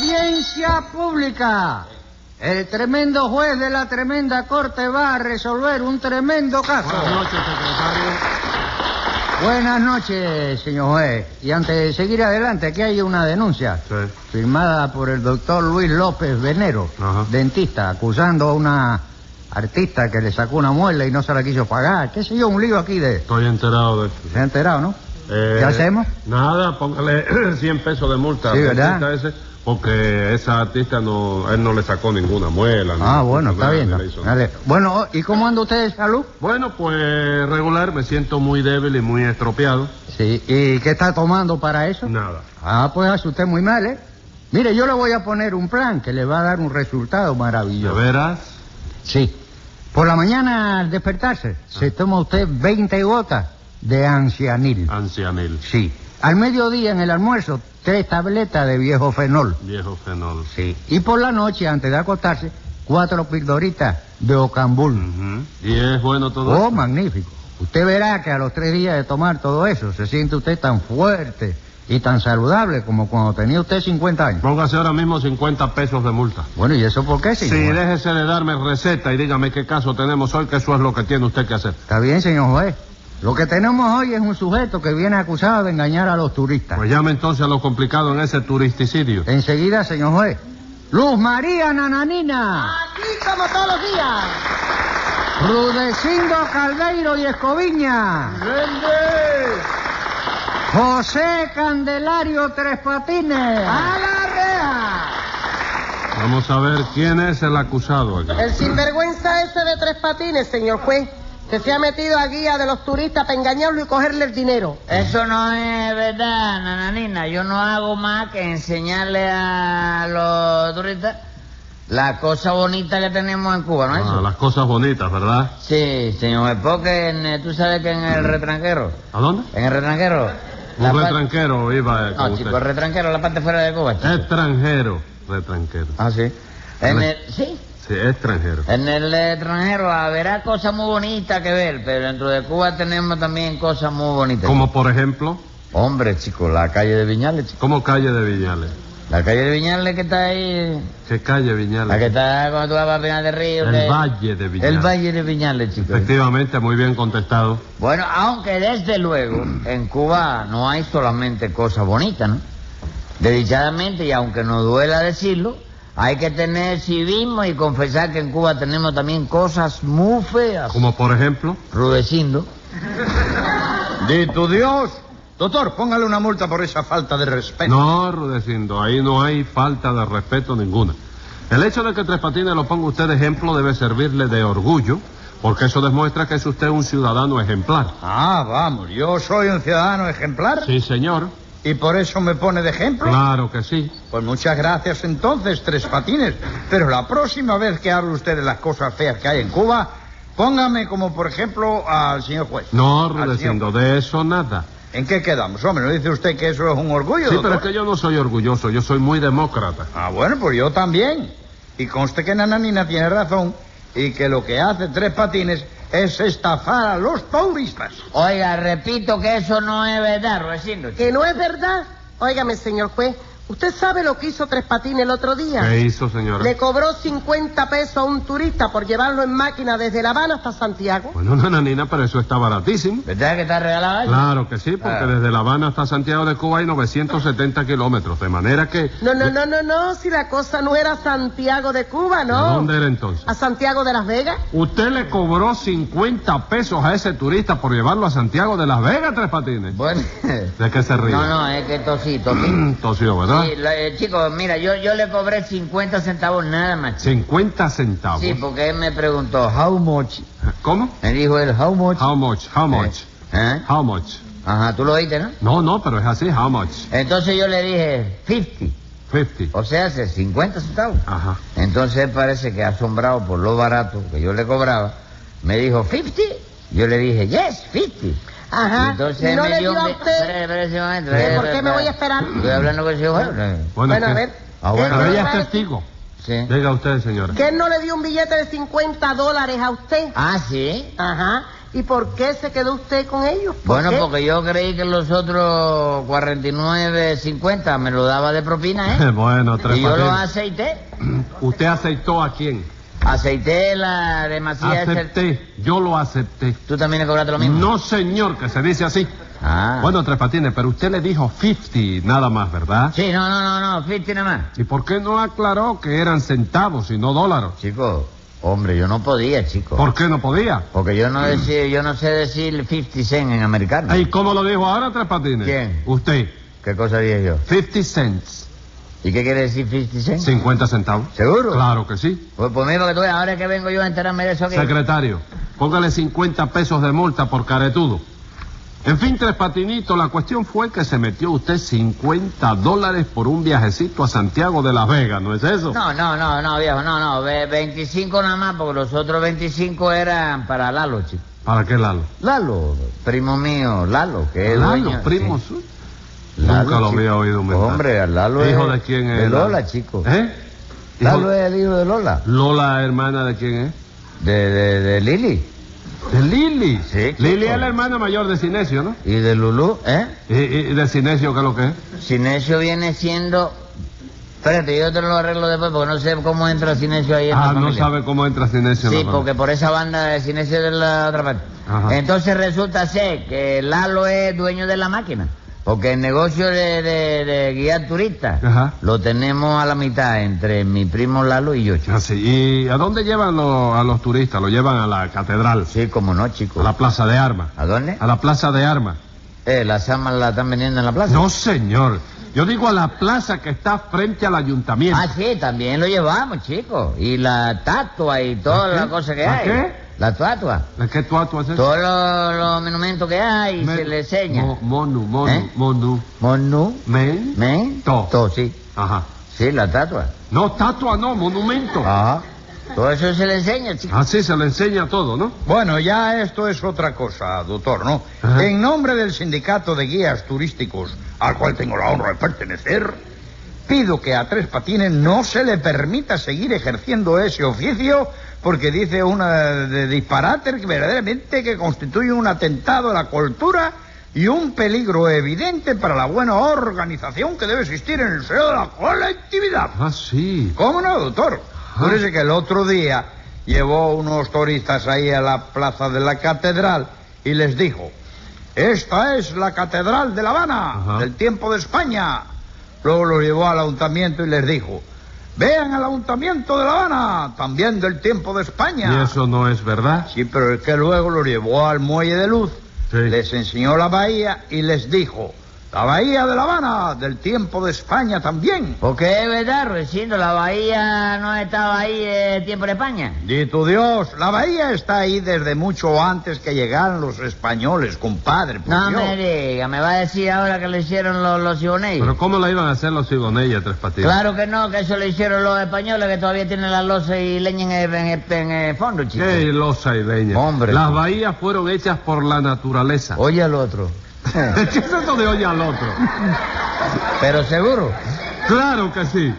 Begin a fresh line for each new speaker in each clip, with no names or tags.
Audiencia pública. El tremendo juez de la tremenda corte va a resolver un tremendo caso.
Buenas noches, secretario.
Buenas noches, señor juez. Y antes de seguir adelante, aquí hay una denuncia.
Sí.
Firmada por el doctor Luis López Venero,
Ajá.
dentista, acusando a una artista que le sacó una muela y no se la quiso pagar. ¿Qué sé yo? Un lío aquí de...
Estoy enterado de esto.
¿Se ha enterado, no?
Eh,
¿Qué hacemos?
Nada, póngale 100 pesos de multa.
Sí,
al
¿verdad?
artista ese, porque esa artista no, él no le sacó ninguna muela.
Ah,
ni-
bueno,
ni
está
nada,
bien.
ni
¿no?
le hizo nada.
Dale. Bueno, ¿y cómo anda usted de salud?
Bueno, pues regular, me siento muy débil y muy estropeado.
Sí. ¿Y qué está tomando para eso?
Nada.
Ah, pues hace usted muy mal, ¿eh? Mire, yo le voy a poner un plan que le va a dar un resultado
¿De
maravilloso.
veras?
Sí. Por la mañana al despertarse,
Ah.
se toma usted 20 gotas de ancianil.
Ah. Ancianil,
Sí. Al mediodía en el almuerzo, tres tabletas de viejo fenol.
viejo fenol.
Sí. Y por la noche, antes de acostarse, cuatro pildoritas de ocambul.
Ujú. ¿Y es bueno todo
Oh,
eso?
magnífico. Usted verá que a los tres días de tomar todo eso, se siente usted tan fuerte y tan saludable como cuando tenía usted 50 años.
Póngase ahora mismo 50 pesos de multa.
Bueno, ¿y eso por qué,
Sí,
señor? juez?
déjese de darme receta y dígame qué caso tenemos hoy, que eso es lo que tiene usted que hacer.
Está bien, señor juez. Lo que tenemos hoy es un sujeto que viene acusado de engañar a los turistas.
Pues llame entonces a lo complicado en ese turisticidio.
Enseguida, señor juez. Luz María Nananina,
Aquí como todos los días.
Rudecindo Caldeiro y Escoviña, José Candelario Tres Patines.
A la reja.
Vamos a ver quién es el acusado aquí.
El sinvergüenza ese de tres patines, señor juez, que se ha metido a guía de los turistas para engañarlo y cogerle el dinero.
Eso no es verdad, nananina. Yo no hago más que enseñarle a los turistas la cosa bonita que tenemos en Cuba, ¿no es
Ah,
eso?
las cosas bonitas, ¿verdad?
Sí, señor, juez, porque en, eh, tú sabes que en el retranquero,
¿A dónde?
en el retranquero... la
Un
parte-
retranquero iba eh, con
No,
usted.
chico, el retranquero, la parte fuera de Cuba. chico.
Extranjero, retranquero.
Ah, sí. En
Vale.
el, sí,
Sí, extranjero.
en el extranjero habrá cosas muy bonitas que ver, pero dentro de Cuba tenemos también cosas muy bonitas.
Como por ejemplo,
Hombre, chico, la calle de Viñales, chico.
como calle de Viñales.
La calle de Viñales que está ahí,
¿Qué calle Viñales?
la que está cuando tú vas para Pinar del Río.
El
que-
Valle de Viñales.
El Valle de Viñales, chico.
Efectivamente, muy bien contestado.
Bueno, aunque desde luego en Cuba no hay solamente cosas bonitas, ¿no? Desdichadamente, y aunque nos duela decirlo, hay que tener civismo y confesar que en Cuba tenemos también cosas muy feas.
Como por ejemplo,
Rudecindo.
¡De tu Dios! Doctor, póngale una multa por esa falta de respeto.
no, Rudecindo, ahí no hay falta de respeto ninguna. El hecho de que Tres Patines lo ponga usted de ejemplo debe servirle de orgullo, porque eso demuestra que es usted un ciudadano ejemplar.
Ah, vamos, yo soy un ciudadano ejemplar
Sí, señor.
y por eso me pone de ejemplo.
Claro que sí.
Pues muchas gracias entonces, Tres Patines. Pero la próxima vez que hable usted de las cosas feas que hay en Cuba, póngame como por ejemplo al señor juez.
No,
Al señor
Rudecindo, de eso nada.
juez. ¿En qué quedamos? Hombre, ¿no dice usted que eso es un orgullo,
Sí,
doctor?
pero es que yo no soy orgulloso, yo soy muy demócrata.
Ah, bueno, pues yo también. Y conste que Nananina tiene razón y que lo que hace Tres Patines es estafar a los turistas.
Oiga, repito que eso no es verdad, Rudecindo. chico.
Que no es verdad. Óigame, señor juez, ¿usted sabe lo que hizo tres patines el otro día?
¿Qué hizo, señora?
Le cobró 50 pesos a un turista por llevarlo en máquina desde La Habana hasta Santiago.
Bueno, nananina, pero eso está baratísimo.
¿Verdad que está regalado? eso?
Claro que sí, porque
Ah.
Claro.
desde La Habana hasta Santiago de Cuba hay 970 kilómetros, de manera que...
No, no, no, no, no, si la cosa no era Santiago de Cuba,
¿A
¿no?
¿Dónde era entonces?
¿A Santiago de Las Vegas?
Usted le cobró 50 pesos a ese turista por llevarlo a Santiago de Las Vegas, Tres Patines.
Bueno.
¿De qué se ríe?
No, no, es que tosí, tosí.
Tosió, ¿verdad?
Sí, la- eh, chicos, mira, yo, yo le cobré 50 centavos nada más. chico.
50 centavos.
Sí, porque él me preguntó, how much?
¿Cómo?
Me dijo él, how much?
How much, how much,
¿Eh?
how much.
Ajá, tú lo oíste, ¿no?
No, no, pero es así, how much.
Entonces yo le dije, 50.
50.
O sea, hace 50 centavos.
Ajá.
Entonces él parece que asombrado por lo barato que yo le cobraba, me dijo, 50. Yo le dije, yes, 50.
Ajá.
Y entonces
Ah, ¿No
me
le
dio
dio
un
a
bi-
usted?
Espera, espera ese momento,
¿Por
espera,
qué me
espera.
voy a esperar?
Estoy hablando con el señor. Bueno,
Bueno,
Bueno,
¿qué?
a ver.
Ah,
¿qué
bueno.
no
Pero
le
ella es
parece-
testigo.
Sí.
Diga usted, señora.
Que él no le dio un billete de 50 dólares a usted.
Ah, sí.
Ajá. ¿Y por qué se quedó usted con ellos? ¿Por
Bueno,
qué?
porque yo creí que los otros 49, 50 me lo daba de propina, ¿eh?
bueno, Tres
y yo lo
Patines.
aceité.
¿Usted aceptó a quién?
Aceité la demasía esa-
Acepté. Yo lo acepté.
¿Tú también le cobraste lo mismo?
No, señor, que se dice así.
Ah.
Bueno, Tres Patines, pero usted le dijo 50 nada más, ¿verdad?
Sí, no, no, no, no, 50 nada más.
¿Y por qué no aclaró que eran centavos y no dólares?
Chico, hombre, yo no podía, chico.
¿Por qué no podía?
Porque yo no decía, yo no sé decir 50 cent en americano.
¿Y cómo lo dijo ahora Tres Patines?
¿Quién?
Usted.
¿Qué cosa dije yo?
50 cents.
¿Y qué quiere decir 50 cent?
50 centavos.
¿Seguro?
Claro que sí.
Pues, pues mira que tú ves, ahora que vengo yo a enterarme de eso que...
Secretario, póngale 50 pesos de multa por caretudo. En fin, Tres Patinitos, la cuestión fue que se metió usted 50 dólares por un viajecito a Santiago de Las Vegas, ¿no es eso?
No, no, no, no, viejo, no, no, ve- 25 nada más, porque los otros 25 eran para Lalo, chico.
¿Para qué, Lalo?
Lalo, primo mío, Lalo, que es
Lalo,
dueño-
primo
sí.
suyo.
Lalo,
Nunca lo
chico.
había oído mentar.
Hombre, Lalo
¿Hijo
es-
de quién es?
de
Lalo?
Lola, chico.
¿Eh? Hijo
Lalo
de-
es el hijo de Lola,
¿Lola, hermana de quién es?
de, de, de Lili
De Lili.
Sí, chico.
Lili es la hermana mayor de Sinesio, ¿no?
y de Lulú, ¿eh?
¿Y, y de Sinesio qué es lo que es?
Sinesio viene siendo... Espérate, yo te lo arreglo después, porque no sé cómo entra Sinesio ahí en la
Ah, no
familia.
sabe cómo entra Sinesio. en
Sí,
la
porque
familia.
por esa banda de Sinesio de la otra parte.
Ajá.
Entonces resulta ser que Lalo es dueño de la máquina. Porque el negocio de, de, de guiar turistas
Ajá.
lo tenemos a la mitad entre mi primo Lalo y yo, chico.
Ah, sí. ¿Y a dónde llevan lo- a los turistas? ¿Lo llevan a la catedral?
Sí, ¿Eh? como no, chico.
¿A la Ah. plaza de armas?
¿A dónde?
¿A la plaza de armas?
Eh, las armas las están vendiendo en la plaza.
No, señor. Yo digo a la plaza que está frente al ayuntamiento.
Ah, sí, también lo llevamos, chico. Y la tatua y toda
¿La
la
qué?
cosa que
¿La
hay.
qué?
La tatua.
¿De qué tú haces?
Todos los, los monumentos que hay y se le enseña.
Mo- monu, monu,
¿Eh?
monu.
Monu.
Men.
¿Me?
To.
To, sí.
Ajá.
Sí, la tatua.
No, tatua no, monumento.
Ajá. Todo eso se le enseña, chico.
Así se le enseña todo, ¿no?
Bueno, ya esto es otra cosa, doctor, ¿no?
Ajá.
En nombre del Sindicato de Guías Turísticos, al cual tengo la honra de pertenecer, pido que a Tres Patines no se le permita seguir ejerciendo ese oficio porque dice una de disparates que verdaderamente que constituye un atentado a la cultura y un peligro evidente para la buena organización que debe existir en el seno de la colectividad.
Ah, sí.
¿Cómo no, doctor?
Ah.
Fíjese que el otro día llevó unos turistas ahí a la plaza de la catedral y les dijo, esta es la catedral de La Habana,
Ajá.
del tiempo de España. Luego los llevó al ayuntamiento y les dijo, vean al ayuntamiento de La Habana, también del tiempo de España.
Y eso no es verdad.
Sí, pero es que luego lo llevó al muelle de luz,
Sí.
les enseñó la bahía y les dijo, la bahía de La Habana, del tiempo de España también.
Porque es verdad, Recindo, la bahía no estaba ahí eh, tiempo de España.
Di tu Dios, la bahía está ahí desde mucho antes que llegaran los españoles, compadre. por
No
Dios.
me diga, me va a decir ahora que lo hicieron los, los ciboneys.
Pero ¿cómo la iban a hacer los cigonellas, Tres Patines?
Claro que no, que eso lo hicieron los españoles que todavía tienen la loza y leña en el, en el- en el fondo, chico.
Qué losa y leña.
Hombre.
Las bahías fueron hechas por la naturaleza.
Oye al otro.
¿Qué es eso de hoy al otro?
Pero seguro,
Claro que sí.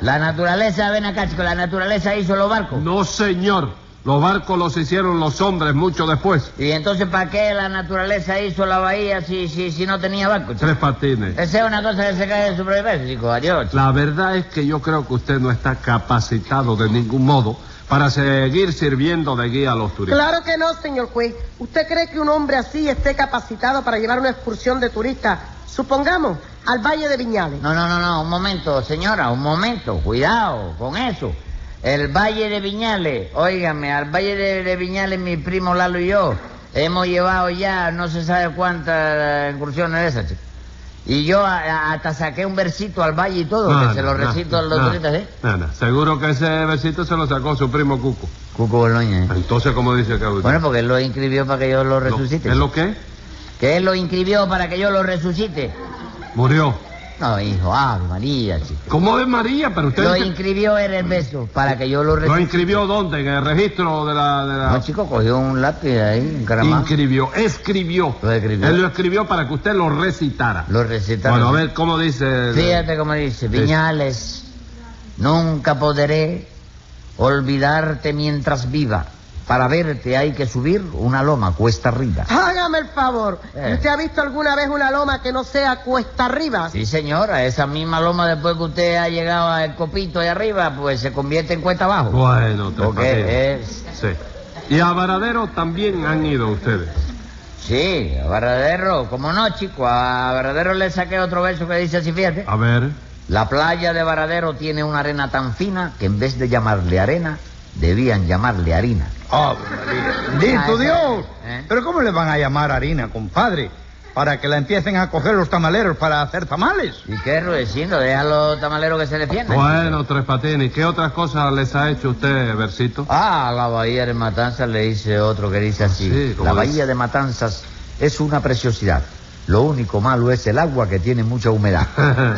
la naturaleza, ven acá, chico, la naturaleza hizo los barcos.
No, señor. Los barcos los hicieron los hombres mucho después.
Y entonces, ¿para qué la naturaleza hizo la bahía si, si, si no tenía barco, chico?
Tres Patines.
Esa es una cosa que se cae de su propio peso, chico. Adiós. chico.
La verdad es que yo creo que usted no está capacitado de ningún modo para seguir sirviendo de guía a los turistas.
Claro que no, señor juez. ¿Usted cree que un hombre así esté capacitado para llevar una excursión de turistas, supongamos, al Valle de Viñales?
No, no, no, no, un momento, señora, un momento. Cuidado con eso. El Valle de Viñales, óigame, al Valle de, de Viñales mi primo Lalo y yo hemos llevado ya no se sabe cuántas eh, incursiones de esas, chico. Y yo a- a- hasta saqué un versito al Valle y todo, que se lo recito a los turistas, ¿eh?
no, no. Seguro que ese besito se lo sacó su primo Cuco.
Cuco Boloña, ¿eh?
Entonces, ¿cómo dice que
Bueno, porque él lo inscribió para que yo lo
Lo-
resucite.
¿Es lo que?
Que él lo inscribió para que yo lo resucite.
Murió.
No, hijo, ah, María, chico.
¿Cómo es María? Pero usted
Lo
dice-
inscribió en el beso para que yo lo
¿Lo
resucite.
inscribió dónde? ¿En el registro de la...? de la-
No, Ah, chico, cogió un lápiz ahí, encaramado.
Inscribió, escribió.
Lo escribió.
Él lo escribió para que usted lo recitara.
Lo recitaron.
Bueno, a ver, ¿cómo dice?
Fíjate cómo dice, Viñales, nunca podré olvidarte mientras viva.
Para verte hay que subir una loma cuesta arriba.
Hágame el favor.
Eh.
¿Y ¿Usted ha visto alguna vez una loma que no sea cuesta arriba?
Sí, señora, esa misma loma después que usted ha llegado al copito de arriba, pues se convierte en cuesta abajo.
Bueno, Tres
Ok,
Patines.
eh.
es-
Sí. Y a Varadero también han ido ustedes.
Sí, a Varadero, como no, chico, a Varadero le saqué otro verso que dice así, fíjate.
A ver.
La playa de Varadero tiene una arena tan fina que en vez de llamarle arena, debían llamarle harina.
¡Ah, bendito Dios!
¿Eh?
¿Pero cómo le van a llamar harina, compadre? Para que la empiecen a coger los tamaleros para hacer tamales.
¿Y qué, Rudecindo? Déjalo a los tamaleros que se defiendan.
Bueno, Tres Patines, ¿qué otras cosas les ha hecho usted, Versito?
Ah, a la bahía de Matanzas le dice otro que dice así.
Sí, ¿cómo
la
es?
bahía de Matanzas es una preciosidad. Lo único malo es el agua que tiene mucha humedad.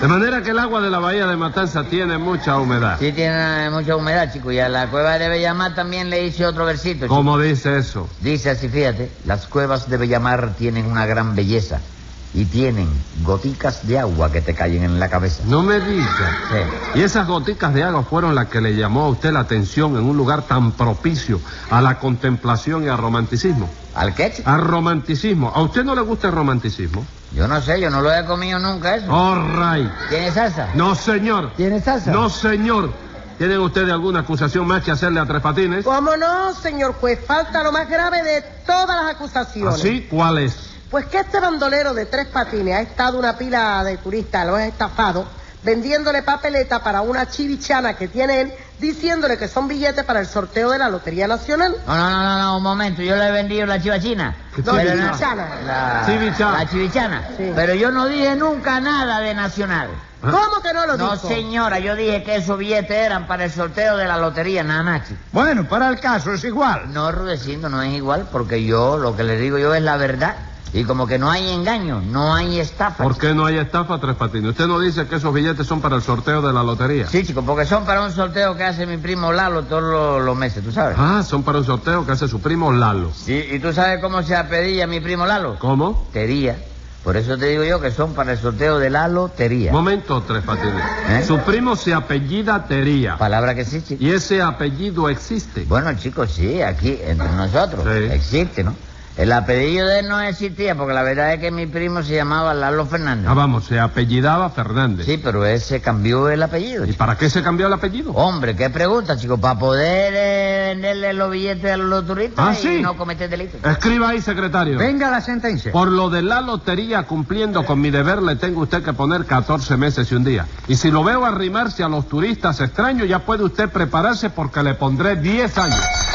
De manera que el agua de la bahía de Matanza tiene mucha humedad.
Sí tiene eh, mucha humedad, chico, y a la cueva de Bellamar también le hice otro versito. chico.
¿Cómo dice eso?
Dice así, fíjate, las cuevas de Bellamar tienen una gran belleza y tienen goticas de agua que te caen en la cabeza.
No me diga.
Sí.
Y esas goticas de agua fueron las que le llamó a usted la atención en un lugar tan propicio a la contemplación y al romanticismo.
¿Al qué, chico?
Al romanticismo. ¿A usted no le gusta el romanticismo?
Yo no sé, yo no lo he comido nunca eso.
All right.
¿Tiene salsa?
No, señor.
¿Tiene salsa?
No, señor. ¿Tienen ustedes alguna acusación más que hacerle a Tres Patines?
¿Cómo no, señor juez? Falta lo más grave de todas las
¿Ah,
acusaciones.
¿Así? ¿Cuál es?
Pues que este bandolero de tres patines ha estado una pila de turistas, lo ha estafado, vendiéndole papeleta para una chivichana que tiene él, diciéndole que son billetes para el sorteo de la Lotería Nacional.
No, no, no, no, no, un momento, yo le he vendido la chiva china.
¿Qué
Pero
chiva
no-
china?
La
Chivichana.
La chivichana.
Sí.
Pero yo no dije nunca nada de nacional.
¿Ah?
¿Cómo que no lo
No,
dijo?
señora, yo dije que esos billetes eran para el sorteo de la lotería, nada más, chico.
Bueno, para el caso es igual.
No, Rudecindo, no es igual, porque yo lo que le digo yo es la verdad. Y como que no hay engaño, no hay estafa.
¿Por qué no hay estafa, Tres Patines? Usted no dice que esos billetes son para el sorteo de la lotería.
chico. Sí, chico, porque son para un sorteo que hace mi primo Lalo todos los, los meses, ¿tú sabes?
Ah, son para un sorteo que hace su primo Lalo.
Sí, ¿y tú sabes cómo se apellía mi primo Lalo?
¿Cómo?
Lotería. Por eso te digo yo que son para el sorteo de la lotería.
Momento, Tres Patines.
¿Eh?
Su primo se apellida Tería.
Palabra que sí, chico.
Y ese apellido existe.
Bueno, chicos, sí, aquí, entre nosotros,
Sí.
existe, ¿no? El apellido de él no existía, porque la verdad es que mi primo se llamaba Lalo Fernández.
Ah, vamos, se apellidaba Fernández.
sí, pero él se cambió el apellido.
¿Y
chico.
para qué se cambió el apellido?
Hombre, qué pregunta, chicos, para poder eh, venderle los billetes a los turistas
Ah,
y
sí.
no cometer delitos.
Escriba ahí, secretario.
Venga la sentencia.
Por lo de la lotería, cumpliendo con mi deber, le tengo usted que poner 14 meses y un día. Y si lo veo arrimarse a los turistas extraños, ya puede usted prepararse porque le pondré 10 años.